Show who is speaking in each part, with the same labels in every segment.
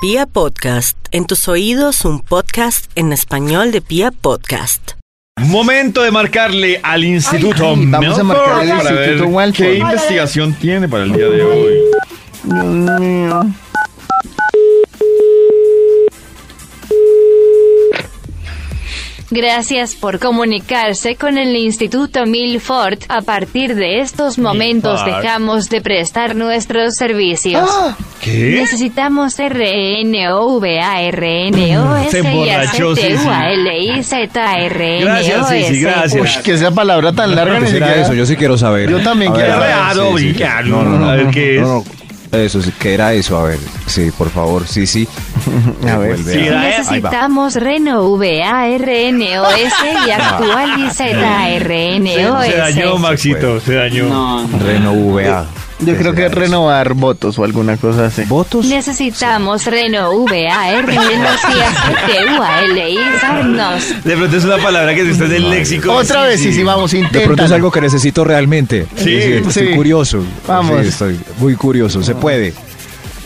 Speaker 1: Pia Podcast, en tus oídos un podcast en español de Pia Podcast.
Speaker 2: Momento de marcarle al Instituto
Speaker 3: ay, vamos
Speaker 2: Milford
Speaker 3: a marcarle al
Speaker 2: para ver
Speaker 3: Instituto Walford.
Speaker 2: ¿Qué investigación tiene para el día de hoy?
Speaker 4: Gracias por comunicarse con el Instituto Milford. A partir de estos momentos
Speaker 2: Milford. Ah,
Speaker 4: dejamos de prestar nuestros servicios.
Speaker 2: ¿Qué?
Speaker 4: Necesitamos RNOVARNOS
Speaker 2: Se
Speaker 4: y
Speaker 2: emborrachó, Sisi. Gracias,
Speaker 4: Eh,
Speaker 2: Sisi, gracias. Eh,
Speaker 3: Uy, que esa palabra tan larga
Speaker 5: ¿Qué
Speaker 3: ni
Speaker 5: será
Speaker 3: siquiera-
Speaker 5: Pues eso? Yo sí quiero saber.
Speaker 3: Yo también
Speaker 5: A
Speaker 3: quiero
Speaker 5: ver, a ver,
Speaker 2: saber.
Speaker 5: sí,
Speaker 2: Reado,
Speaker 5: sí, sí.
Speaker 2: villano.
Speaker 5: No, no, no.
Speaker 2: A ver qué es.
Speaker 5: No, no. Eso, sí, ¿qué era eso? A ver, sí, por favor, sí, sí.
Speaker 3: A ver.
Speaker 5: Vuelve
Speaker 2: Sí, era eso.
Speaker 5: Ahí va.
Speaker 4: Necesitamos RENOVARNOS y
Speaker 2: Ah. Se dañó,
Speaker 4: actualizaRNOS.
Speaker 2: Maxito, se dañó.
Speaker 5: Reno VA.
Speaker 3: Yo creo que es renovar votos o alguna cosa así.
Speaker 5: ¿Votos?
Speaker 4: Necesitamos RENOVARNOS y actualizaRNOS.
Speaker 2: De pronto es una palabra que está en el léxico.
Speaker 3: Otra vez, sí, sí, vamos,
Speaker 5: De pronto es
Speaker 3: intenta.
Speaker 5: algo que necesito realmente.
Speaker 2: Sí,
Speaker 3: sí.
Speaker 5: Estoy curioso.
Speaker 3: Vamos.
Speaker 5: Sí, estoy muy curioso. Se puede.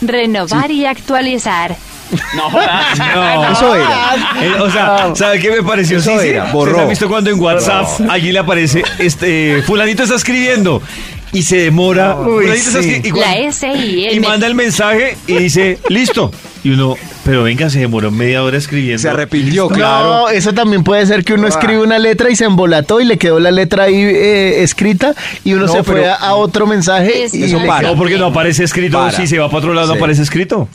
Speaker 4: Renovar y actualizar.
Speaker 2: No.
Speaker 5: Eso era.
Speaker 2: Eh, O sea, ¿sabe qué me pareció?
Speaker 5: Eso
Speaker 2: Sisi?
Speaker 5: era,
Speaker 2: ¿Ustedes
Speaker 5: borró.
Speaker 2: han visto cuando en WhatsApp allí le aparece, este, fulanito está escribiendo y se demora. fulanito está escri- y cuando-
Speaker 4: La S y
Speaker 2: y
Speaker 4: el
Speaker 2: manda el mensaje y dice, listo. Y uno, pero venga, se demoró media hora escribiendo.
Speaker 5: Se arrepintió, claro. Ah.
Speaker 3: No, eso también puede ser que uno escribe una letra y se embolató y le quedó la letra ahí eh, escrita y uno
Speaker 5: No,
Speaker 3: se fue
Speaker 5: pero-
Speaker 3: a, a otro mensaje.
Speaker 4: Es
Speaker 3: y
Speaker 4: más-
Speaker 3: le-
Speaker 5: para.
Speaker 2: Ah, No, porque no aparece escrito.
Speaker 5: Para.
Speaker 2: Si se va para otro lado, no
Speaker 5: Sí.
Speaker 2: aparece escrito.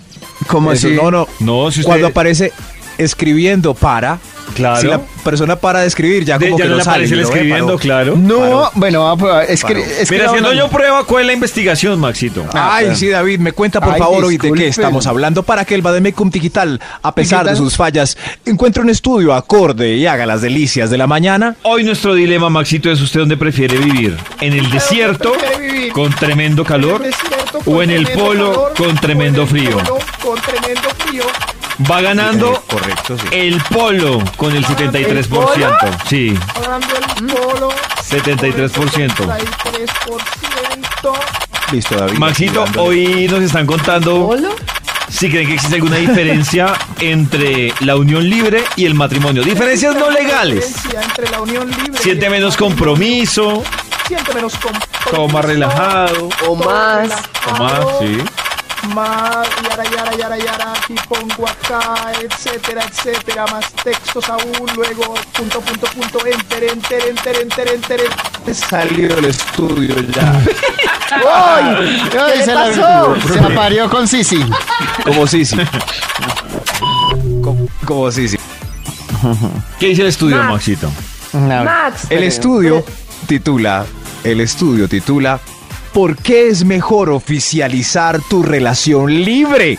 Speaker 3: ¿Cómo
Speaker 5: Eso,
Speaker 3: así?
Speaker 5: No, no.
Speaker 2: No, si usted-
Speaker 5: Cuando aparece escribiendo para.
Speaker 2: Claro.
Speaker 5: Si la persona para de escribir, ya
Speaker 2: De-
Speaker 5: Ah, como
Speaker 2: ya
Speaker 5: que
Speaker 2: no
Speaker 5: no
Speaker 2: le
Speaker 5: sale.
Speaker 2: aparece el
Speaker 5: y lo ve,
Speaker 2: escribiendo,
Speaker 5: paró.
Speaker 2: claro.
Speaker 3: No,
Speaker 5: Paró.
Speaker 3: bueno, va a probar. Es que,
Speaker 5: Paró.
Speaker 3: es que
Speaker 2: Mira,
Speaker 3: la-
Speaker 2: haciendo yo prueba, ¿cuál es la investigación, Maxito?
Speaker 5: Ay, sí, David, me cuenta por
Speaker 3: Ay,
Speaker 5: favor hoy de
Speaker 3: disculpe.
Speaker 5: qué estamos hablando para que el Bademecum Digital, a pesar de
Speaker 3: Digital.
Speaker 5: sus fallas, encuentre un estudio acorde y haga las delicias de la mañana.
Speaker 2: Hoy nuestro dilema, Maxito, es usted dónde prefiere vivir. ¿En el desierto con tremendo calor o
Speaker 3: pues,
Speaker 2: en el polo con tremendo frío? Va ganando
Speaker 5: Eh, correcto, sí.
Speaker 2: el polo con el 73%. Sí,
Speaker 6: Mm.
Speaker 2: 73%.
Speaker 5: Listo, David.
Speaker 2: Maxito,
Speaker 5: Dándole.
Speaker 2: hoy nos están contando si creen que existe alguna diferencia entre la unión libre y el matrimonio. Diferencias no legales.
Speaker 7: Entre la unión libre
Speaker 2: Siente menos compromiso,
Speaker 7: Siente menos
Speaker 2: todo más relajado.
Speaker 7: O más.
Speaker 2: O más, sí.
Speaker 7: Más, yara, yara, yara, yara, aquí pongo acá, etcétera, etcétera, más textos aún, luego, punto, punto, punto, enter, enter, enter, enter, enter.
Speaker 5: salido del estudio ya.
Speaker 3: ¡Ay! Ay, se, la- se la parió con Sisi.
Speaker 5: Como Sisi. como, como Sisi.
Speaker 2: ¿Qué dice el estudio, Maxito?
Speaker 5: El estudio titula, el estudio titula, ¿por qué es mejor oficializar tu relación libre?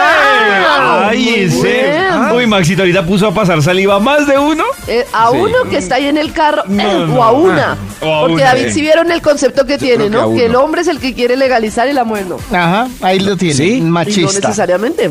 Speaker 2: ¡Ay, en serio! Uy, Maxito, ahorita puso a pasar saliva más de uno.
Speaker 6: Eh, a uno que está ahí en el carro
Speaker 2: No, no.
Speaker 6: o a una.
Speaker 2: O a
Speaker 6: Porque
Speaker 2: una,
Speaker 6: David,
Speaker 2: sí.
Speaker 6: si vieron el concepto que tiene,
Speaker 5: creo que a
Speaker 6: ¿no?
Speaker 5: uno.
Speaker 6: Que el hombre es el que quiere legalizar y la mujer no.
Speaker 3: Ajá, ahí lo tiene.
Speaker 5: ¿Sí?
Speaker 6: Y no
Speaker 3: Machista.
Speaker 6: necesariamente.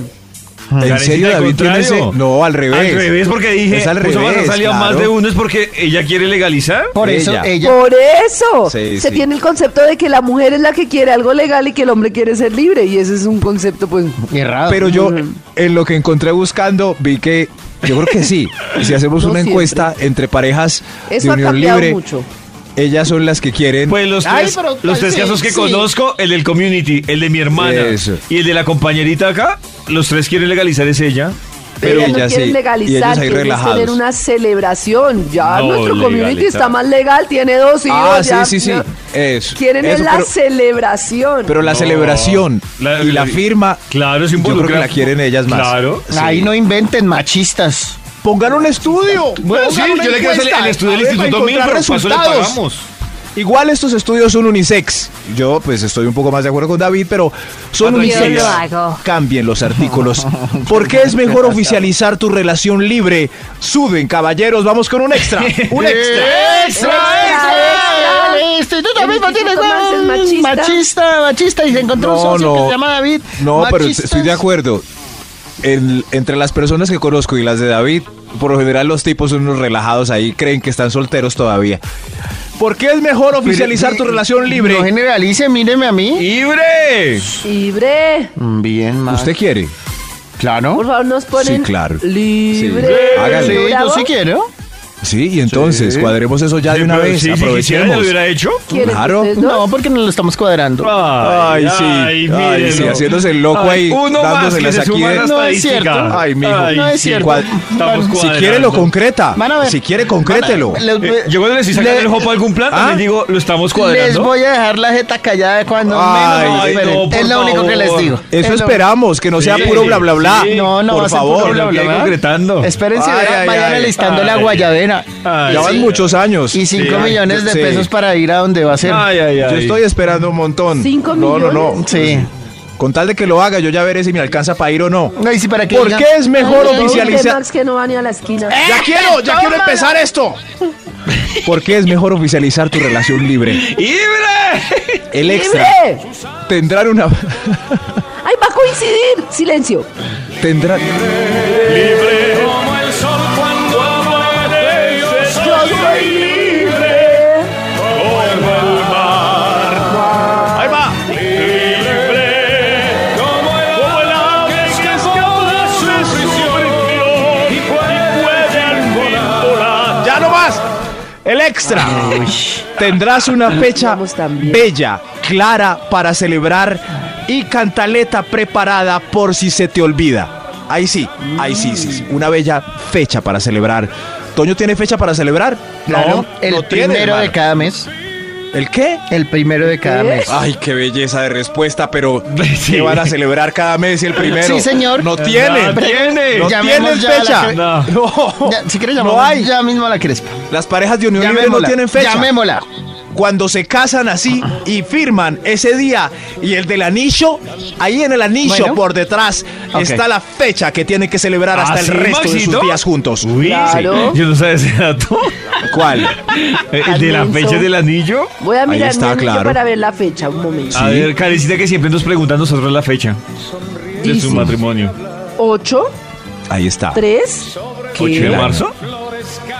Speaker 5: ¿En
Speaker 2: Karencita,
Speaker 5: serio,
Speaker 2: al
Speaker 5: David? tiene
Speaker 2: contrario.
Speaker 5: ese- No, al revés.
Speaker 2: Al revés, porque dije,
Speaker 5: Es al
Speaker 2: puso a pasar
Speaker 5: revés,
Speaker 2: saliva más
Speaker 5: claro.
Speaker 2: de uno es porque ella quiere legalizar.
Speaker 3: Por eso
Speaker 5: Ella.
Speaker 3: ella.
Speaker 6: Por eso
Speaker 5: Sí,
Speaker 6: se
Speaker 5: sí.
Speaker 6: tiene el concepto de que la mujer es la que quiere algo legal y que el hombre quiere ser libre. Y ese es un concepto, pues.
Speaker 2: Ah,
Speaker 3: Errado.
Speaker 5: Pero yo, en lo que encontré buscando, vi que yo creo que sí. Si hacemos
Speaker 6: No
Speaker 5: una
Speaker 6: siempre.
Speaker 5: encuesta entre parejas
Speaker 6: Eso
Speaker 5: de
Speaker 6: ha
Speaker 5: unión
Speaker 6: cambiado
Speaker 5: libre,
Speaker 6: mucho.
Speaker 5: ellas son las que quieren.
Speaker 2: Pues los
Speaker 3: Ay,
Speaker 2: tres,
Speaker 3: pero-
Speaker 2: los tres
Speaker 3: sí,
Speaker 2: casos que
Speaker 3: sí.
Speaker 2: conozco, el del community, el de mi hermana
Speaker 5: Eso.
Speaker 2: y el de la compañerita acá, los tres quieren legalizar es ella.
Speaker 5: pero
Speaker 6: ellas no
Speaker 5: ellas
Speaker 6: quieren
Speaker 5: sí, y
Speaker 6: legalizar,
Speaker 5: ellos ahí
Speaker 6: quieren
Speaker 5: relajados.
Speaker 6: tener una celebración. Ya
Speaker 2: No,
Speaker 6: nuestro community
Speaker 2: legalizar.
Speaker 6: está más legal, tiene dos hijos.
Speaker 5: ah, sí,
Speaker 6: ya,
Speaker 5: sí, sí.
Speaker 6: ya.
Speaker 5: Eso.
Speaker 6: Quieren
Speaker 5: eso,
Speaker 6: es la
Speaker 5: pero,
Speaker 6: celebración.
Speaker 5: pero la
Speaker 2: No.
Speaker 5: celebración
Speaker 2: La-
Speaker 5: y la firma.
Speaker 2: Claro, es
Speaker 5: yo creo que
Speaker 2: involucra-
Speaker 5: la quieren ellas más.
Speaker 2: Claro.
Speaker 3: Ahí no inventen machistas.
Speaker 5: Pongan un estudio.
Speaker 2: Bueno, sí,
Speaker 5: pongan una
Speaker 2: yo le quiero hacer
Speaker 5: encuesta,
Speaker 2: el estudio del
Speaker 5: a ver, para
Speaker 2: Instituto Milford,
Speaker 5: encontrar
Speaker 2: para eso le
Speaker 5: resultados.
Speaker 2: pagamos.
Speaker 5: Igual estos estudios son unisex. Yo pues estoy un poco más de acuerdo con David, pero son
Speaker 2: Cuando
Speaker 5: unisex.
Speaker 2: yo lo
Speaker 4: hago.
Speaker 5: Cambien los artículos. ¿Por qué es mejor oficializar tu relación libre? Suben, caballeros, vamos con un extra. Un extra.
Speaker 6: extra, extra.
Speaker 3: El Instituto
Speaker 6: El
Speaker 3: Milford tiene
Speaker 6: Instituto
Speaker 3: más
Speaker 6: Milford es
Speaker 3: machista.
Speaker 6: machista.
Speaker 3: machista, y se encontró un
Speaker 5: No,
Speaker 3: socio que
Speaker 5: no.
Speaker 3: se llama David.
Speaker 5: No, pero
Speaker 3: Machistas.
Speaker 5: estoy de acuerdo. El- entre las personas que conozco y las de David, por lo general los tipos son unos relajados ahí, creen que están solteros todavía. ¿Por qué es mejor oficializar tu relación
Speaker 3: No
Speaker 5: libre?
Speaker 3: generalice, míreme a mí.
Speaker 2: ¡Libre!
Speaker 6: Libre.
Speaker 3: Mm, Bien, más.
Speaker 5: ¿Usted quiere?
Speaker 3: Claro.
Speaker 6: Por favor, nos ponen
Speaker 5: Sí, claro. Sí.
Speaker 6: libre.
Speaker 3: Sí,
Speaker 5: Hágale.
Speaker 6: ¿Bravo?
Speaker 3: yo sí quiero.
Speaker 5: Sí, y entonces cuadremos eso ya de una vez.
Speaker 2: Sí, si quisiera, lo
Speaker 5: aprovechemos.
Speaker 2: hubiera hecho.
Speaker 6: ¿Quieren
Speaker 5: Claro.
Speaker 6: ustedes dos?
Speaker 3: No, porque no lo estamos
Speaker 5: Ah,
Speaker 3: cuadrando.
Speaker 5: Ay, sí.
Speaker 2: Ay,
Speaker 5: Ay, sí,
Speaker 2: mírenlo.
Speaker 5: haciéndose el loco
Speaker 2: Ay,
Speaker 5: ahí,
Speaker 2: Uno más que
Speaker 5: dándoselas
Speaker 2: se
Speaker 5: aquí
Speaker 2: suma
Speaker 5: de-
Speaker 2: a la
Speaker 3: No es
Speaker 2: estadística.
Speaker 3: cierto.
Speaker 5: Ay, mijo.
Speaker 3: No es
Speaker 2: sí,
Speaker 3: cierto.
Speaker 2: cuad-
Speaker 3: Van-
Speaker 2: Estamos
Speaker 5: Si quiere lo
Speaker 2: cuadrando.
Speaker 5: concreta.
Speaker 3: Van a ver.
Speaker 5: Si quiere concrételo.
Speaker 3: Van a- les-
Speaker 2: Eh, yo cuando les estoy sacando
Speaker 3: le-
Speaker 2: el jopo a algún plan,
Speaker 5: ¿Ah?
Speaker 2: les digo, lo estamos
Speaker 3: Les
Speaker 2: cuadrando.
Speaker 3: voy a dejar la jeta callada de cuando
Speaker 5: Ay,
Speaker 3: menos
Speaker 2: ay,
Speaker 3: esperen.
Speaker 2: no, por
Speaker 3: Es lo único que
Speaker 2: favor.
Speaker 3: les digo.
Speaker 5: Eso
Speaker 3: Es lo-
Speaker 5: esperamos, que no sea
Speaker 2: Sí,
Speaker 5: puro bla bla bla.
Speaker 2: sí.
Speaker 3: No, no,
Speaker 5: por
Speaker 3: va a ser
Speaker 5: favor.
Speaker 3: puro bla,
Speaker 2: Lo
Speaker 3: bla,
Speaker 2: que
Speaker 3: bla.
Speaker 2: concretando.
Speaker 3: Esperen si
Speaker 5: Ay,
Speaker 3: verán,
Speaker 5: ay,
Speaker 3: vayan
Speaker 5: ay,
Speaker 3: alistando
Speaker 2: ay.
Speaker 3: la guayabera.
Speaker 2: Ay,
Speaker 5: Ya
Speaker 2: sí.
Speaker 5: van muchos años.
Speaker 3: Y 5
Speaker 2: Sí.
Speaker 3: millones de
Speaker 5: Sí.
Speaker 3: pesos para ir a donde va a ser.
Speaker 2: Ay, ay, ay.
Speaker 5: Yo estoy esperando un montón.
Speaker 6: ¿Cinco
Speaker 5: no, no, no.
Speaker 6: millones?
Speaker 3: Sí.
Speaker 5: Con tal de que lo haga, yo ya veré si me alcanza para ir o no.
Speaker 3: No, y si para que
Speaker 5: ¿Por
Speaker 3: digan-
Speaker 5: qué es mejor
Speaker 6: No, no, que
Speaker 5: oficializar?
Speaker 6: Max que no va ni a la esquina.
Speaker 5: Ya quiero, ya quiero empezar esto. ¿Por qué es mejor oficializar tu relación libre?
Speaker 2: ¡Libre!
Speaker 5: El extra
Speaker 6: ¡Libre!
Speaker 5: tendrán una
Speaker 6: ¡Ay, va a coincidir! Silencio.
Speaker 5: tendrán ¡Ya no más! El extra. Tendrás una fecha
Speaker 6: Vamos también.
Speaker 5: bella, clara para celebrar y cantaleta preparada por si se te olvida. Ahí sí, ahí sí, sí, sí. Una bella fecha para celebrar. ¿Toño tiene fecha para celebrar?
Speaker 3: Claro, el
Speaker 5: no
Speaker 3: primero
Speaker 5: tiene,
Speaker 3: de
Speaker 5: hermano. ¿Eh?
Speaker 3: cada mes.
Speaker 5: ¿El qué?
Speaker 3: El primero de cada
Speaker 6: ¿Qué?
Speaker 3: mes.
Speaker 5: Ay, qué belleza de respuesta, pero
Speaker 2: Sí.
Speaker 5: ¿qué van a celebrar cada mes el primero?
Speaker 3: Sí, señor.
Speaker 5: No tienen.
Speaker 2: No tiene.
Speaker 5: No
Speaker 3: Llamemos
Speaker 5: tienen
Speaker 3: ya a la
Speaker 5: fecha.
Speaker 3: cre-
Speaker 2: No.
Speaker 5: No.
Speaker 3: Ya, si quieres
Speaker 5: no
Speaker 3: llamamos
Speaker 5: hay.
Speaker 3: ya mismo a la Crespa.
Speaker 5: Las parejas de unión libre no
Speaker 3: Llamémosla.
Speaker 5: tienen fecha.
Speaker 3: Llamémosla.
Speaker 5: cuando se casan así y firman ese día y el del anillo, ahí en el anillo
Speaker 3: Bueno.
Speaker 5: por detrás
Speaker 3: Ok.
Speaker 5: está la fecha que tienen que celebrar hasta
Speaker 2: ¿Ah,
Speaker 5: el
Speaker 2: sí,
Speaker 5: resto de
Speaker 2: Maxito?
Speaker 5: sus días juntos.
Speaker 2: Uy,
Speaker 6: Claro.
Speaker 2: sí. Yo no sabía ese dato.
Speaker 5: ¿Cuál?
Speaker 2: ¿El de la
Speaker 6: Alonso.
Speaker 2: fecha del anillo?
Speaker 6: Voy a
Speaker 5: Ahí
Speaker 6: mirar
Speaker 5: está,
Speaker 6: mi anillo
Speaker 5: claro.
Speaker 6: para ver la fecha. Un momento.
Speaker 2: A ver, Carecita, que siempre nos pregunta a nosotros la fecha de
Speaker 6: Y
Speaker 2: su
Speaker 6: sí.
Speaker 2: matrimonio.
Speaker 6: 8,
Speaker 5: Ahí está.
Speaker 6: 3.
Speaker 2: ¿8 de marzo?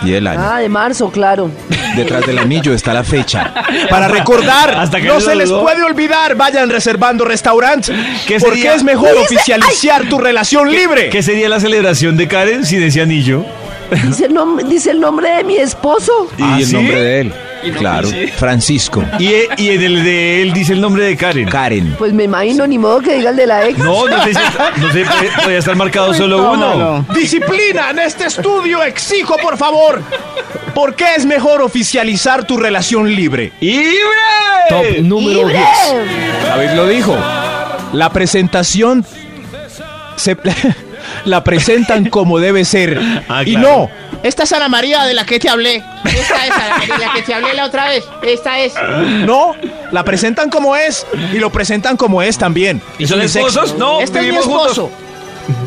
Speaker 5: Y el año.
Speaker 6: Ah, de marzo, claro.
Speaker 5: Detrás del anillo está la fecha. Para recordar,
Speaker 2: hasta que
Speaker 5: no
Speaker 2: lo
Speaker 5: se les
Speaker 2: dudó.
Speaker 5: puede olvidar, vayan reservando restaurantes,
Speaker 2: ¿Qué ese
Speaker 5: porque
Speaker 2: día-
Speaker 5: es mejor oficializar tu relación libre.
Speaker 2: ¿Qué sería la celebración de Karen sin ese anillo?
Speaker 6: Dice el, nom- dice el nombre de mi esposo.
Speaker 2: ¿Ah, sí?
Speaker 5: de él. Claro, Francisco.
Speaker 2: Y, e- y en el de él dice el nombre de Karen.
Speaker 5: Karen.
Speaker 6: Pues me imagino, ni modo que diga el de la ex.
Speaker 2: No, no sé si no sé, puede- podría estar marcado solo uno.
Speaker 5: Disciplina en este estudio, exijo por favor. ¿Por qué es mejor oficializar tu relación libre?
Speaker 2: ¡Libre!
Speaker 5: número
Speaker 6: ¡Libre!
Speaker 5: David lo dijo. La presentación se la presentan como debe ser.
Speaker 2: Ah,
Speaker 5: Y no,
Speaker 2: claro.
Speaker 8: Esta es Ana María de la que te hablé. Esta es Ana María, la que te hablé la otra vez. Esta es.
Speaker 5: no, la presentan como es y lo presentan como es también.
Speaker 2: ¿Y son
Speaker 5: Es un ex-
Speaker 2: esposos? No,
Speaker 8: Este es mi
Speaker 2: vivimos juntos.
Speaker 8: esposo.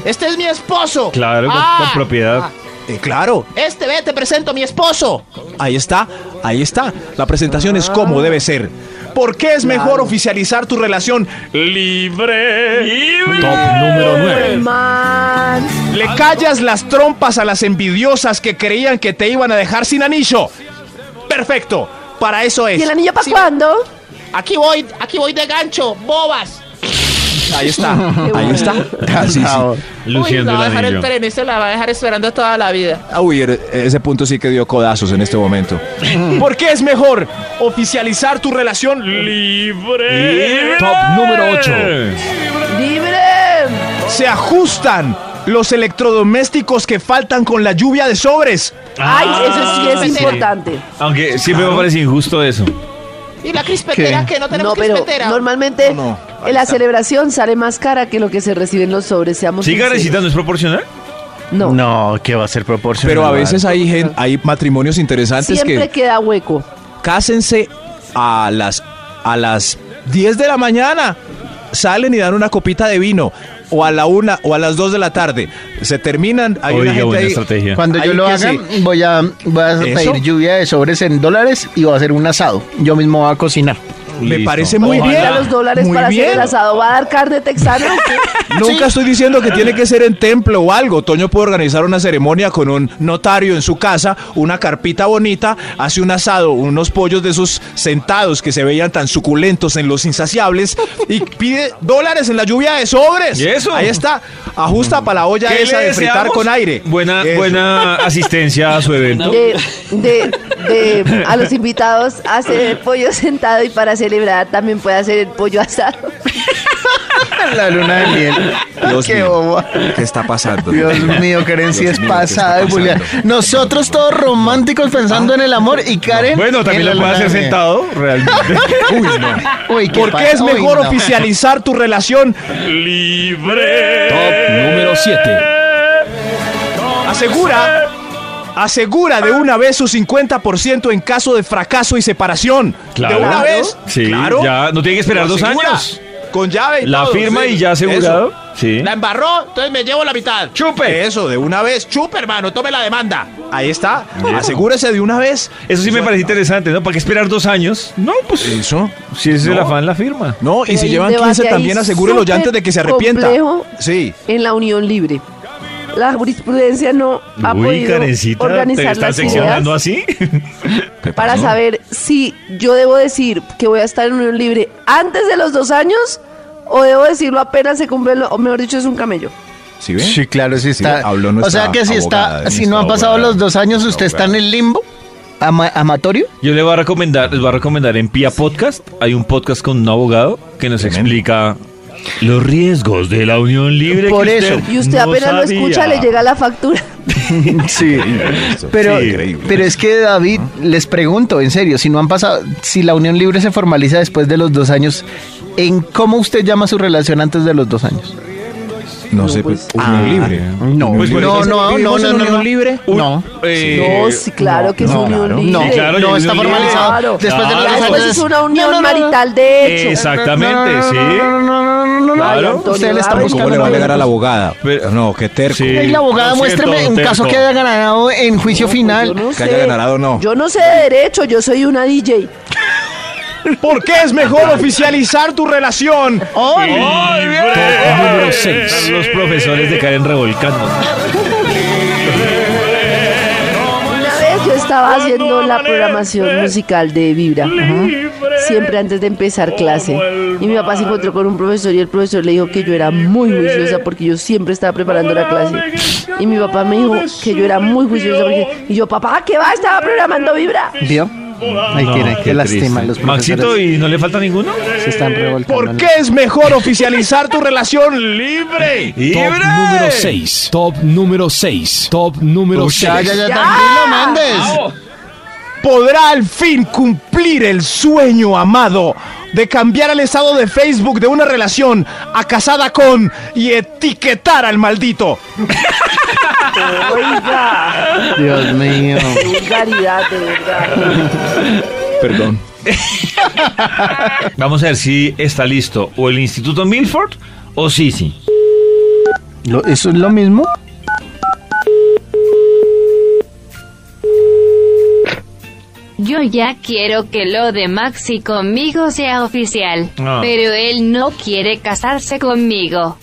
Speaker 8: Este es mi esposo.
Speaker 2: Claro, con-
Speaker 8: Ah,
Speaker 2: con propiedad.
Speaker 5: Eh, claro,
Speaker 8: Este, ve, te presento a mi esposo.
Speaker 5: Ahí está, ahí está. La presentación es como debe ser. ¿Por qué es mejor oficializar tu relación libre? Top número
Speaker 6: Man.
Speaker 5: Le callas las trompas a las envidiosas que creían que te iban a dejar sin anillo. Perfecto, para eso es.
Speaker 6: ¿Y el anillo para
Speaker 5: Sí,
Speaker 6: cuándo?
Speaker 8: Aquí voy, aquí voy de gancho, bobas.
Speaker 5: Ahí está, ahí
Speaker 6: bueno. Ah,
Speaker 5: está. Casi, sí.
Speaker 8: Uy,
Speaker 2: Luciendo
Speaker 8: la va a
Speaker 2: el
Speaker 8: dejar el
Speaker 2: anillo.
Speaker 8: perenista, la va a dejar esperando toda la vida.
Speaker 5: Ah, Uy, er- ese punto sí que dio codazos en este momento. ¿Por qué es mejor oficializar tu relación libre?
Speaker 2: Top número 8.
Speaker 6: ¡Libre!
Speaker 5: Se ajustan los electrodomésticos que faltan con la lluvia de sobres.
Speaker 6: Ay, eso Ah, sí es importante.
Speaker 2: Aunque siempre me parece injusto eso.
Speaker 8: Y la crispetera,
Speaker 3: ¿Qué?
Speaker 8: que no tenemos
Speaker 6: No, pero
Speaker 8: crispetera.
Speaker 6: normalmente
Speaker 5: No, no, ahí
Speaker 6: en la
Speaker 5: está.
Speaker 6: celebración sale más cara que lo que se recibe en los sobres, seamos
Speaker 2: ¿Sí,
Speaker 6: sinceros.
Speaker 2: Karencita, no es proporcional?
Speaker 6: No,
Speaker 3: No, que va a ser proporcional.
Speaker 5: Pero a veces hay, gen- hay matrimonios interesantes
Speaker 6: siempre
Speaker 5: que
Speaker 6: queda hueco.
Speaker 5: cásense a las, a las 10 de la mañana, salen y dan una copita de vino, o a la una o a las 2 de la tarde. Se terminan, hay una
Speaker 2: Oiga,
Speaker 5: gente
Speaker 2: buena
Speaker 5: ahí-
Speaker 2: estrategia.
Speaker 3: Cuando yo
Speaker 5: Ahí
Speaker 3: lo
Speaker 5: que
Speaker 3: haga,
Speaker 5: sí.
Speaker 3: voy a, voy a
Speaker 5: ¿Eso?
Speaker 3: pedir lluvia de sobres en dólares y voy a hacer un asado. Yo mismo voy a cocinar.
Speaker 5: Me
Speaker 2: Listo.
Speaker 5: parece muy
Speaker 2: Ojalá.
Speaker 5: bien.
Speaker 6: Mira los dólares
Speaker 5: Ah, Muy
Speaker 6: para hacer
Speaker 5: bien.
Speaker 6: el asado. ¿Va a dar carne texana? o qué?
Speaker 2: Ah,
Speaker 5: Nunca estoy diciendo que tiene que ser en templo o algo. Toño puede organizar una ceremonia con un notario en su casa, una carpita bonita, hace un asado, unos pollos de esos sentados que se veían tan suculentos en los insaciables y pide dólares en la lluvia de sobres.
Speaker 2: ¿Y eso?
Speaker 5: Ahí está. Ajusta para la olla
Speaker 2: ¿Qué
Speaker 5: esa
Speaker 2: le
Speaker 5: de fritar
Speaker 2: deseamos?
Speaker 5: con aire.
Speaker 2: Buena,
Speaker 5: Eso.
Speaker 2: buena asistencia a su evento.
Speaker 6: De, de- de- a los invitados hacer el pollo sentado y para celebrar también puede hacer el pollo asado.
Speaker 3: La luna de miel.
Speaker 5: Dios
Speaker 3: Qué
Speaker 5: mío.
Speaker 3: bobo.
Speaker 5: ¿Qué está pasando?
Speaker 3: Dios mío, Karen, si
Speaker 5: Dios
Speaker 3: es
Speaker 5: mío, ¿qué
Speaker 3: pasada de
Speaker 5: está
Speaker 3: Julián.
Speaker 5: pasando?
Speaker 3: Nosotros todos románticos pensando en el amor y Karen.
Speaker 2: Bueno,
Speaker 3: en
Speaker 2: también
Speaker 3: la
Speaker 2: lo puede
Speaker 3: luna
Speaker 2: hacer
Speaker 3: de miel.
Speaker 2: sentado, realmente.
Speaker 5: Uy, no.
Speaker 3: Uy, qué
Speaker 5: ¿Por qué
Speaker 3: pa-
Speaker 5: es
Speaker 3: uy,
Speaker 5: mejor
Speaker 3: no.
Speaker 5: oficializar tu relación?
Speaker 2: Top número 7.
Speaker 5: Asegura, asegura de una vez su 50% en caso de fracaso y separación.
Speaker 2: Claro.
Speaker 5: De una vez.
Speaker 2: Sí,
Speaker 5: claro.
Speaker 2: ya no tiene que esperar
Speaker 5: Lo
Speaker 2: dos
Speaker 5: asegura.
Speaker 2: años.
Speaker 5: Con llave y
Speaker 2: La
Speaker 5: todo,
Speaker 2: firma
Speaker 5: sí.
Speaker 2: y ya asegurado.
Speaker 5: Eso.
Speaker 2: Sí.
Speaker 8: La embarró, entonces me llevo la mitad.
Speaker 2: Chupe.
Speaker 5: Eso, de una vez. Chupe, hermano, tome la demanda. Ahí está. Asegúrese de una vez.
Speaker 2: Eso sí me parece interesante, ¿no? ¿Para qué esperar dos años? No, pues.
Speaker 5: Eso.
Speaker 2: Si ese es el
Speaker 5: No.
Speaker 2: afán, la firma.
Speaker 5: No, y si
Speaker 6: Hay un
Speaker 5: llevan 15
Speaker 6: debate ahí
Speaker 5: también asegúrelo ya
Speaker 6: súper
Speaker 5: antes de que se arrepienta.
Speaker 6: complejo
Speaker 5: Sí.
Speaker 6: En la unión libre. La jurisprudencia no ha
Speaker 2: Uy,
Speaker 6: podido
Speaker 2: Karencita, ¿te
Speaker 6: organizar
Speaker 2: están
Speaker 6: las
Speaker 2: seccionando
Speaker 6: ideas
Speaker 2: así?
Speaker 6: para saber si yo debo decir que voy a estar en unión libre antes de los dos años o debo decirlo apenas se cumple, lo- o mejor dicho, es un camello.
Speaker 5: ¿Sí ven?
Speaker 3: Sí, claro, sí
Speaker 5: Sí,
Speaker 3: está.
Speaker 5: habló
Speaker 3: o
Speaker 5: nuestra
Speaker 3: sea que si
Speaker 5: abogada,
Speaker 3: está, si
Speaker 5: nuestra
Speaker 3: no han pasado
Speaker 5: abogada.
Speaker 3: los dos años, usted está en el limbo ama- amatorio.
Speaker 2: Yo le voy a recomendar, les voy a recomendar en Pia Podcast. Hay un podcast con un abogado que nos explica los riesgos de la unión libre.
Speaker 3: Por
Speaker 2: que
Speaker 3: eso.
Speaker 6: Y usted
Speaker 2: no
Speaker 6: apenas lo
Speaker 2: sabía.
Speaker 6: escucha, le llega la factura.
Speaker 3: Sí.
Speaker 5: Eso.
Speaker 3: Pero,
Speaker 5: Sí, increíble.
Speaker 3: pero es que David, les pregunto, en serio, si no han pasado, si la unión libre se formaliza después de los dos años, ¿en cómo usted llama su relación antes de los dos años?
Speaker 5: No sé, pues, unión libre.
Speaker 3: ah, No,
Speaker 2: Pues, pues,
Speaker 3: no,
Speaker 2: ¿es-
Speaker 3: no, no,
Speaker 5: ¿vivimos en
Speaker 3: no, no,
Speaker 5: unión
Speaker 3: no.
Speaker 5: libre?
Speaker 2: Un-
Speaker 3: No.
Speaker 2: eh,
Speaker 6: no, sí, claro que es
Speaker 5: no,
Speaker 6: unión
Speaker 5: claro.
Speaker 6: libre.
Speaker 3: No,
Speaker 2: Sí, claro,
Speaker 3: no
Speaker 2: ya
Speaker 3: está
Speaker 2: es unión
Speaker 3: formalizado.
Speaker 6: libre.
Speaker 3: Después de los
Speaker 2: Claro.
Speaker 3: dos
Speaker 6: Después
Speaker 3: años.
Speaker 6: es una
Speaker 3: No,
Speaker 6: unión
Speaker 3: no, no, no.
Speaker 6: marital, de hecho.
Speaker 2: Exactamente, sí.
Speaker 6: Ay,
Speaker 2: Claro.
Speaker 6: Antonio,
Speaker 3: Usted le está
Speaker 6: Barros,
Speaker 3: buscando
Speaker 5: ¿Cómo le va a
Speaker 3: Buscando
Speaker 5: llegar a la
Speaker 3: abogados.
Speaker 5: abogada?
Speaker 2: Pero-
Speaker 5: no, qué terco.
Speaker 2: Sí.
Speaker 3: Ay, la abogada,
Speaker 2: Lo siento,
Speaker 3: muéstreme un
Speaker 2: don
Speaker 3: caso
Speaker 2: Terco.
Speaker 3: que haya ganado en juicio
Speaker 6: Yo
Speaker 3: final.
Speaker 6: no
Speaker 5: Que haya
Speaker 6: sé.
Speaker 5: ganado o no.
Speaker 6: Yo no sé de derecho, yo soy una DJ.
Speaker 5: ¿Por qué es mejor oficializar tu relación?
Speaker 2: Top número 6. Los profesores de Karen revolcando.
Speaker 6: Una vez yo estaba haciendo la programación musical de Vibra, ajá, siempre antes de empezar clase. Y mi papá se encontró con un profesor y el profesor le dijo que yo era muy juiciosa porque yo siempre estaba preparando la clase. Y mi papá me dijo que yo era muy juiciosa porque... Y yo, papá, ¿qué va? Estaba programando Vibra.
Speaker 3: ¿Vio? Ahí tiene, qué, lástima. Los
Speaker 2: Maxito,
Speaker 3: profesores
Speaker 2: ¿y no le falta ninguno?
Speaker 3: se están revolcando.
Speaker 5: ¿Por qué es mejor oficializar tu relación libre?
Speaker 2: ¡Libre!
Speaker 9: Top número 6. Top número 6. Top número
Speaker 3: Uy, ya,
Speaker 9: 6.
Speaker 3: ya, ya, tranquilo, Méndez.
Speaker 5: ¿Podrá al fin cumplir el sueño amado de cambiar el estado de Facebook de una relación a casada con y etiquetar al maldito?
Speaker 6: Oiga,
Speaker 3: Dios mío.
Speaker 6: qué vulgaridad, de verdad.
Speaker 5: Perdón.
Speaker 2: Vamos a ver si está listo o el Instituto Milford o Sisi.
Speaker 3: ¿Lo- ¿Eso es lo mismo?
Speaker 4: Yo ya quiero que lo de Maxi conmigo sea oficial,
Speaker 2: Ah.
Speaker 4: pero él no quiere casarse conmigo.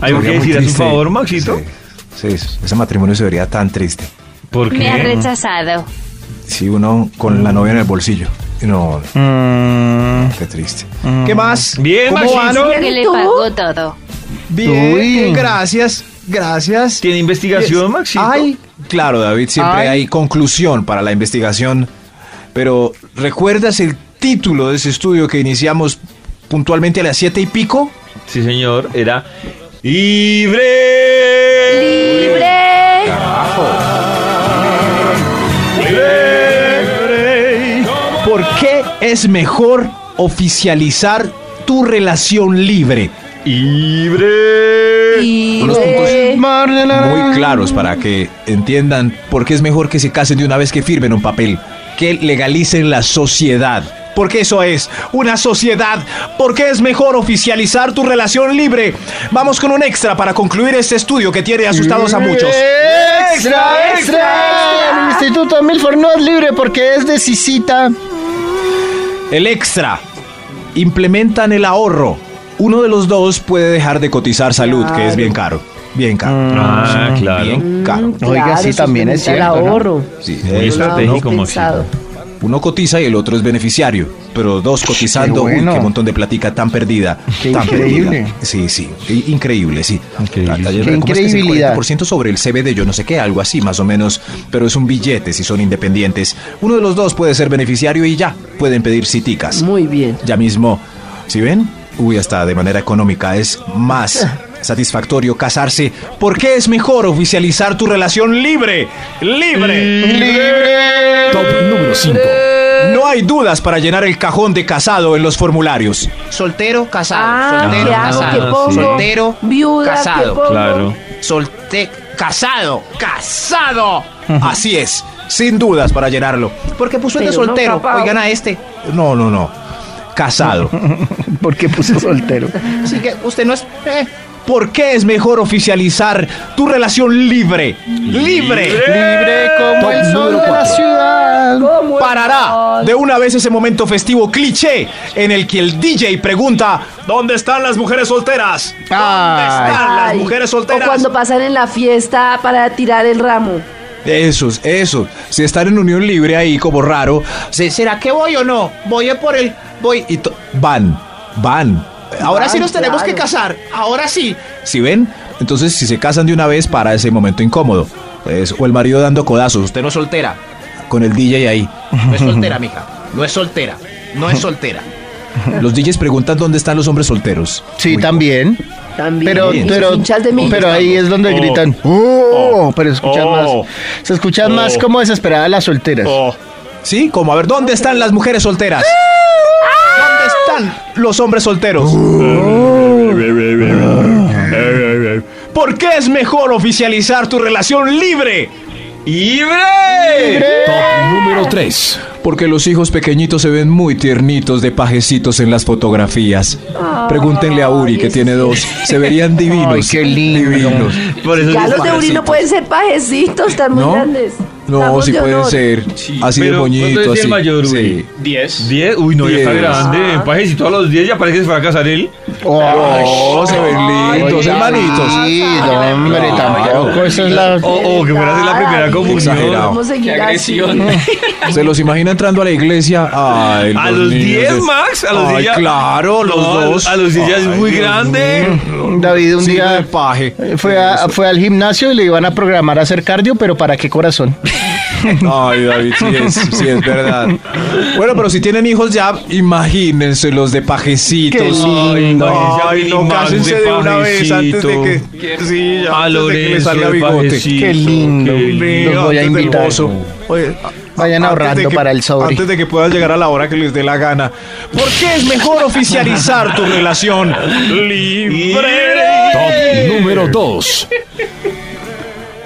Speaker 2: ¿Algo que decir a su favor, Maxito?
Speaker 5: Sí, sí, ese matrimonio se vería tan triste.
Speaker 2: ¿Por
Speaker 4: Me ha
Speaker 2: qué?
Speaker 4: rechazado.
Speaker 5: Si uno con la novia en el bolsillo. No, qué triste. ¿Qué más?
Speaker 2: Mm. Bien,
Speaker 5: ¿Cómo van?
Speaker 2: Maxito.
Speaker 4: Que le pagó todo.
Speaker 5: Bien,
Speaker 3: Uy.
Speaker 5: gracias, gracias.
Speaker 2: ¿Tiene investigación, Maxito?
Speaker 5: Ay, claro, David, siempre
Speaker 3: Ay.
Speaker 5: hay conclusión para la investigación. Pero, ¿recuerdas el título de ese estudio que iniciamos puntualmente a las siete y pico?
Speaker 2: Sí, señor, era libre.
Speaker 6: ¡Libre!
Speaker 5: ¿Por qué es mejor oficializar tu relación libre?
Speaker 2: Libre.
Speaker 6: ¡Libre!
Speaker 5: Muy claros para que entiendan por qué es mejor que se casen de una vez que firmen un papel, que legalicen la sociedad. Porque eso es una sociedad. Porque es mejor oficializar tu relación libre. Vamos con un extra para concluir este estudio que tiene asustados a muchos.
Speaker 3: ¡Extra, extra! El Instituto Milford no es libre porque es de Sisita.
Speaker 5: el extra. Implementan el ahorro. Uno de los dos puede dejar de cotizar salud, que es bien caro. Bien caro.
Speaker 2: Ah, claro.
Speaker 5: Bien caro.
Speaker 6: Mm,
Speaker 3: Oiga, sí, también es
Speaker 6: suplementa
Speaker 3: cierto,
Speaker 6: El
Speaker 3: ¿no?
Speaker 6: ahorro.
Speaker 5: Sí,
Speaker 2: Muy
Speaker 5: eh,
Speaker 2: estratégico,
Speaker 6: no
Speaker 2: Maxito.
Speaker 6: pensado.
Speaker 5: uno cotiza y el otro es beneficiario. Pero dos cotizando,
Speaker 3: Qué bueno.
Speaker 5: uy, qué montón de platica tan perdida.
Speaker 3: Qué
Speaker 5: tan
Speaker 3: increíble.
Speaker 5: perdida. Sí, sí, i- increíble, sí.
Speaker 2: Increíble,
Speaker 5: La-
Speaker 2: sí.
Speaker 5: la-
Speaker 3: Qué
Speaker 5: ¿cómo es que es el
Speaker 3: increíbilidad.
Speaker 5: 40% sobre el CBD, yo no sé qué, algo así más o menos. Pero es un billete si son independientes. Uno de los dos puede ser beneficiario y ya, pueden pedir citicas.
Speaker 6: Muy bien.
Speaker 5: Ya mismo, ¿sí ven? Uy, hasta de manera económica es más satisfactorio casarse porque es mejor oficializar tu relación libre. ¡Libre!
Speaker 9: Top número 5.
Speaker 5: No hay dudas para llenar el cajón de casado en los formularios.
Speaker 8: Soltero, casado.
Speaker 6: Ah,
Speaker 8: soltero,
Speaker 6: ¿qué hago?
Speaker 8: casado.
Speaker 6: ¿Qué pongo?
Speaker 8: Soltero,
Speaker 6: Viuda, ¿qué
Speaker 8: casado.
Speaker 6: pongo?
Speaker 2: Claro.
Speaker 8: Solte casado, casado.
Speaker 5: Así es, sin dudas para llenarlo.
Speaker 8: Porque puso el de
Speaker 6: Pero no
Speaker 8: soltero.
Speaker 6: capaz.
Speaker 8: Oigan a este.
Speaker 5: No, no, no. Casado.
Speaker 3: Porque puse soltero.
Speaker 8: Así que usted no es. eh,
Speaker 5: ¿Por qué es mejor oficializar tu relación libre? ¡Libre!
Speaker 8: libre como el sol de la ciudad.
Speaker 6: ¿Cómo
Speaker 5: Parará de una vez ese momento festivo cliché en el que el DJ pregunta ¿Dónde están las mujeres solteras? ¿Dónde están las
Speaker 6: Ay,
Speaker 5: mujeres solteras?
Speaker 6: O cuando pasan en la fiesta para tirar el ramo.
Speaker 5: Esos, esos. Si están en unión libre ahí como raro, se-
Speaker 8: ¿Será que voy o no? Voy a por el. Voy.
Speaker 5: y to- van, van.
Speaker 8: Ahora sí
Speaker 6: Van,
Speaker 8: nos tenemos
Speaker 6: claro.
Speaker 8: que casar. Ahora sí.
Speaker 5: ¿Sí ven? Entonces, si se casan de una vez para ese momento incómodo. Es- o el marido dando codazos, usted
Speaker 8: Usted no es soltera.
Speaker 5: con el DJ ahí.
Speaker 8: No es soltera, mija. No es soltera. No es soltera.
Speaker 5: Los DJs preguntan dónde están los hombres solteros.
Speaker 3: Sí,
Speaker 5: Uy,
Speaker 3: también.
Speaker 6: También.
Speaker 3: Pero,
Speaker 6: Y sus
Speaker 3: pero,
Speaker 6: hinchas de mí.
Speaker 3: pero ahí es donde
Speaker 2: Oh.
Speaker 3: gritan. ¡Oh! Pero escuchan
Speaker 2: Oh.
Speaker 3: más. Se escuchan más
Speaker 2: Oh.
Speaker 3: como desesperadas las solteras.
Speaker 5: Oh. Sí, como a ver, ¿dónde están las mujeres solteras?
Speaker 8: ¡Ah!
Speaker 5: ¿Dónde están los hombres solteros?
Speaker 8: ¡Ah!
Speaker 5: ¿Por qué es mejor oficializar tu relación libre? ¡Libre!
Speaker 9: Top número 3.
Speaker 5: Porque los hijos pequeñitos se ven muy tiernitos de pajecitos en las fotografías. Pregúntenle a Uri, que tiene dos. Se verían divinos.
Speaker 3: Ay, qué lindo.
Speaker 5: Divinos.
Speaker 2: Por eso
Speaker 6: Ya
Speaker 2: es
Speaker 6: los de Uri no pueden ser pajecitos tan muy
Speaker 5: ¿No?
Speaker 6: grandes.
Speaker 5: No,
Speaker 6: Estamos
Speaker 5: sí
Speaker 6: de
Speaker 5: pueden
Speaker 6: honor.
Speaker 5: ser.
Speaker 2: Sí,
Speaker 5: Así de
Speaker 2: pero, ¿cuánto
Speaker 5: moñito,
Speaker 2: es el
Speaker 5: así.
Speaker 2: mayor, güey?
Speaker 5: Sí.
Speaker 7: 10.
Speaker 2: 10, uy, no, ya está
Speaker 5: Diez.
Speaker 2: grande. En pajes y todos los 10 ya parece que se va a casar él.
Speaker 5: Oh, se ven lindos,
Speaker 3: Oiga,
Speaker 5: hermanitos.
Speaker 3: Sí, no, hombre,
Speaker 5: No.
Speaker 3: tampoco. Esa es la.
Speaker 2: O oh, que fuera a hacer la primera
Speaker 6: Ay,
Speaker 2: comunión.
Speaker 5: Exagerado.
Speaker 6: Vamos a seguir así.
Speaker 5: ¿Se los imagina entrando a la iglesia? Ay,
Speaker 2: A los
Speaker 5: niños
Speaker 2: 10,
Speaker 5: de-
Speaker 2: Max, a los
Speaker 5: Ay,
Speaker 2: 10 ya-
Speaker 5: claro, los
Speaker 2: No, a los-
Speaker 5: dos.
Speaker 2: A los 10 ya es
Speaker 5: Ay,
Speaker 2: muy
Speaker 5: Dios
Speaker 2: grande.
Speaker 3: David un
Speaker 5: Oh. Sí, de
Speaker 3: día
Speaker 5: paje.
Speaker 3: eh, fue, a- fue al gimnasio y le iban a programar a hacer cardio, pero ¿para qué corazón?
Speaker 5: Ay, David, sí es, sí es verdad. Bueno, pero si tienen hijos ya, imagínense los de pajecitos.
Speaker 3: Qué lindo.
Speaker 5: Ay, no,
Speaker 2: Imagínense
Speaker 5: ay,
Speaker 2: a
Speaker 5: no,
Speaker 2: Willy Max de
Speaker 5: cásense de una vez antes de
Speaker 2: pajecito.
Speaker 5: que, sí, ya,
Speaker 2: A
Speaker 5: antes de que le
Speaker 2: Lorenzo
Speaker 5: salga
Speaker 2: de
Speaker 5: bigote.
Speaker 2: pajecito.
Speaker 3: Qué lindo.
Speaker 2: qué
Speaker 5: Sí,
Speaker 3: Los voy a
Speaker 5: antes del
Speaker 3: invitar.
Speaker 5: bozo. Oye,
Speaker 3: Vayan
Speaker 5: antes
Speaker 3: ahorrando
Speaker 5: de que-
Speaker 3: para el sobre.
Speaker 5: Antes de que puedan llegar a la hora que les dé la gana. ¿Por qué es mejor oficializar tu relación?
Speaker 9: Top número 2.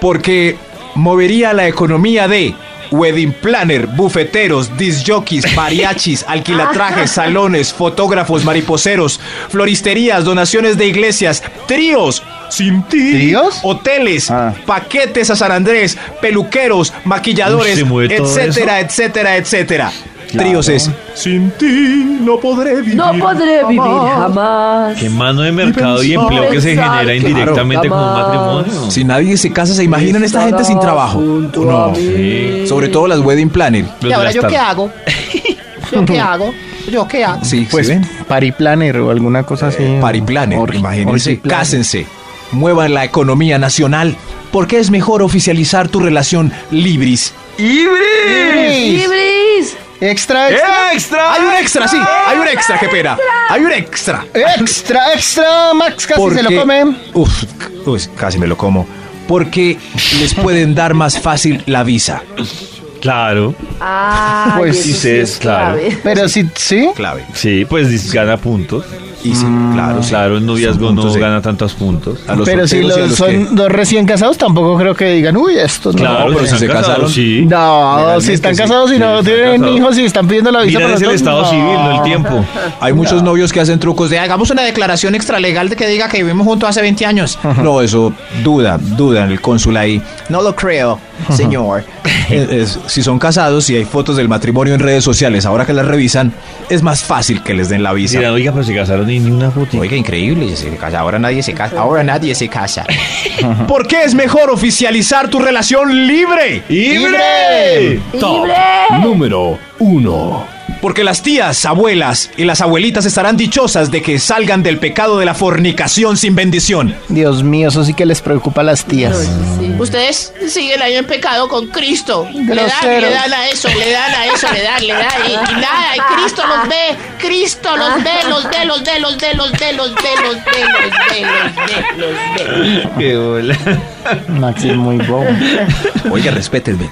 Speaker 5: Porque movería la economía de wedding planner, bufeteros, disjockeys, mariachis, alquilatrajes, salones, fotógrafos, mariposeros, floristerías, donaciones de iglesias, tríos. Sin ti.
Speaker 3: ¿Tríos?
Speaker 5: Hoteles,
Speaker 3: Ah.
Speaker 5: paquetes a San Andrés, peluqueros,
Speaker 2: Uy,
Speaker 5: maquilladores,
Speaker 2: se mueve todo
Speaker 5: etcétera, etcétera, etcétera. Tríos es. Sin ti no podré vivir.
Speaker 6: No podré vivir jamás.
Speaker 2: Qué mano de mercado y
Speaker 6: pensar,
Speaker 2: empleo que se
Speaker 6: pensar
Speaker 2: genera
Speaker 6: que
Speaker 2: indirectamente con un
Speaker 6: jamás.
Speaker 2: matrimonio.
Speaker 5: Si nadie se casa, ¿se imaginan esta gente sin trabajo?
Speaker 6: Junto a
Speaker 5: No.
Speaker 6: mí.
Speaker 5: Sobre todo las wedding planner.
Speaker 3: Mm,
Speaker 8: ¿Y ahora yo qué hago? ¿Yo qué hago? ¿Yo qué hago?
Speaker 5: Sí,
Speaker 3: Pues
Speaker 5: ¿sí ven?
Speaker 3: Party Planner o alguna cosa así.
Speaker 5: Party planner,
Speaker 3: Orgi-
Speaker 5: imagínense,
Speaker 3: orgi planner.
Speaker 5: cásense, muevan la economía nacional, porque es mejor oficializar tu relación libris.
Speaker 6: ¡Libris!
Speaker 3: Extra, extra.
Speaker 5: ¡Extra! Hay un extra, sí, hay un extra, qué pena. Hay un extra.
Speaker 3: Extra, extra. Max Eh, casi se lo
Speaker 5: Porque-
Speaker 3: comen.
Speaker 5: Uf, c- uy, casi me lo como. Porque les pueden dar más fácil la visa.
Speaker 2: Claro,
Speaker 6: Ah,
Speaker 3: Pues
Speaker 6: eso
Speaker 3: sí
Speaker 2: sé, es claro.
Speaker 6: clave.
Speaker 3: Pero sí, sí.
Speaker 5: Clave.
Speaker 2: sí, pues dis- gana puntos.
Speaker 5: Y sí, claro, sí. Ah,
Speaker 2: Claro, el noviazgo
Speaker 5: Son
Speaker 2: no
Speaker 5: puntos de-
Speaker 2: gana tantos puntos.
Speaker 5: a los
Speaker 3: Mm. Pero si
Speaker 5: solteros y a
Speaker 3: los-
Speaker 5: los
Speaker 3: son
Speaker 5: que-
Speaker 3: dos recién casados, tampoco creo que digan, uy, estos no.
Speaker 2: Claro,
Speaker 5: pero
Speaker 2: si se casaron, sí.
Speaker 3: No,
Speaker 5: Legalmente,
Speaker 3: si están
Speaker 5: sí.
Speaker 3: casados y
Speaker 2: Sí,
Speaker 3: no
Speaker 2: están
Speaker 3: tienen
Speaker 2: casados.
Speaker 3: hijos y están pidiendo la visa
Speaker 2: Mira,
Speaker 3: para
Speaker 2: es el
Speaker 3: los dos,
Speaker 2: estado
Speaker 3: no.
Speaker 2: civil, no el tiempo.
Speaker 5: Hay muchos novios que hacen trucos
Speaker 8: Pues de,
Speaker 5: de...
Speaker 8: hagamos una declaración extralegal de que diga que vivimos juntos hace 20 años.
Speaker 5: No, eso, duda, duda en el cónsul ahí.
Speaker 8: No lo creo, señor.
Speaker 5: Es- es- si son casados y hay fotos del matrimonio en redes sociales, ahora que las revisan, es más fácil que les den la visa.
Speaker 2: Dirán, oiga, pero se casaron y ni una foto.
Speaker 8: Oiga, increíble. se casa. Ahora nadie se casa. Ahora nadie se casa.
Speaker 5: ¿Por qué es mejor oficializar tu relación libre?
Speaker 2: ¡Libre!
Speaker 9: Top número 1.
Speaker 5: Porque las tías, abuelas y las abuelitas estarán dichosas de que salgan del pecado de la fornicación sin bendición.
Speaker 3: Dios mío, eso sí que les preocupa a las tías.
Speaker 8: Ustedes siguen ahí en pecado con Cristo. Le dan,
Speaker 3: Groseros.
Speaker 8: le dan a eso, le dan a eso, le dan, le dan. Y, y nada, y Cristo los ve, Cristo los ve, los ve, los ve, los ve, los ve, los ve, los ve, los ve, los ve, los ve.
Speaker 2: ¡Qué bola!
Speaker 3: Maxi, muy bobo.
Speaker 5: Oiga, respétenme.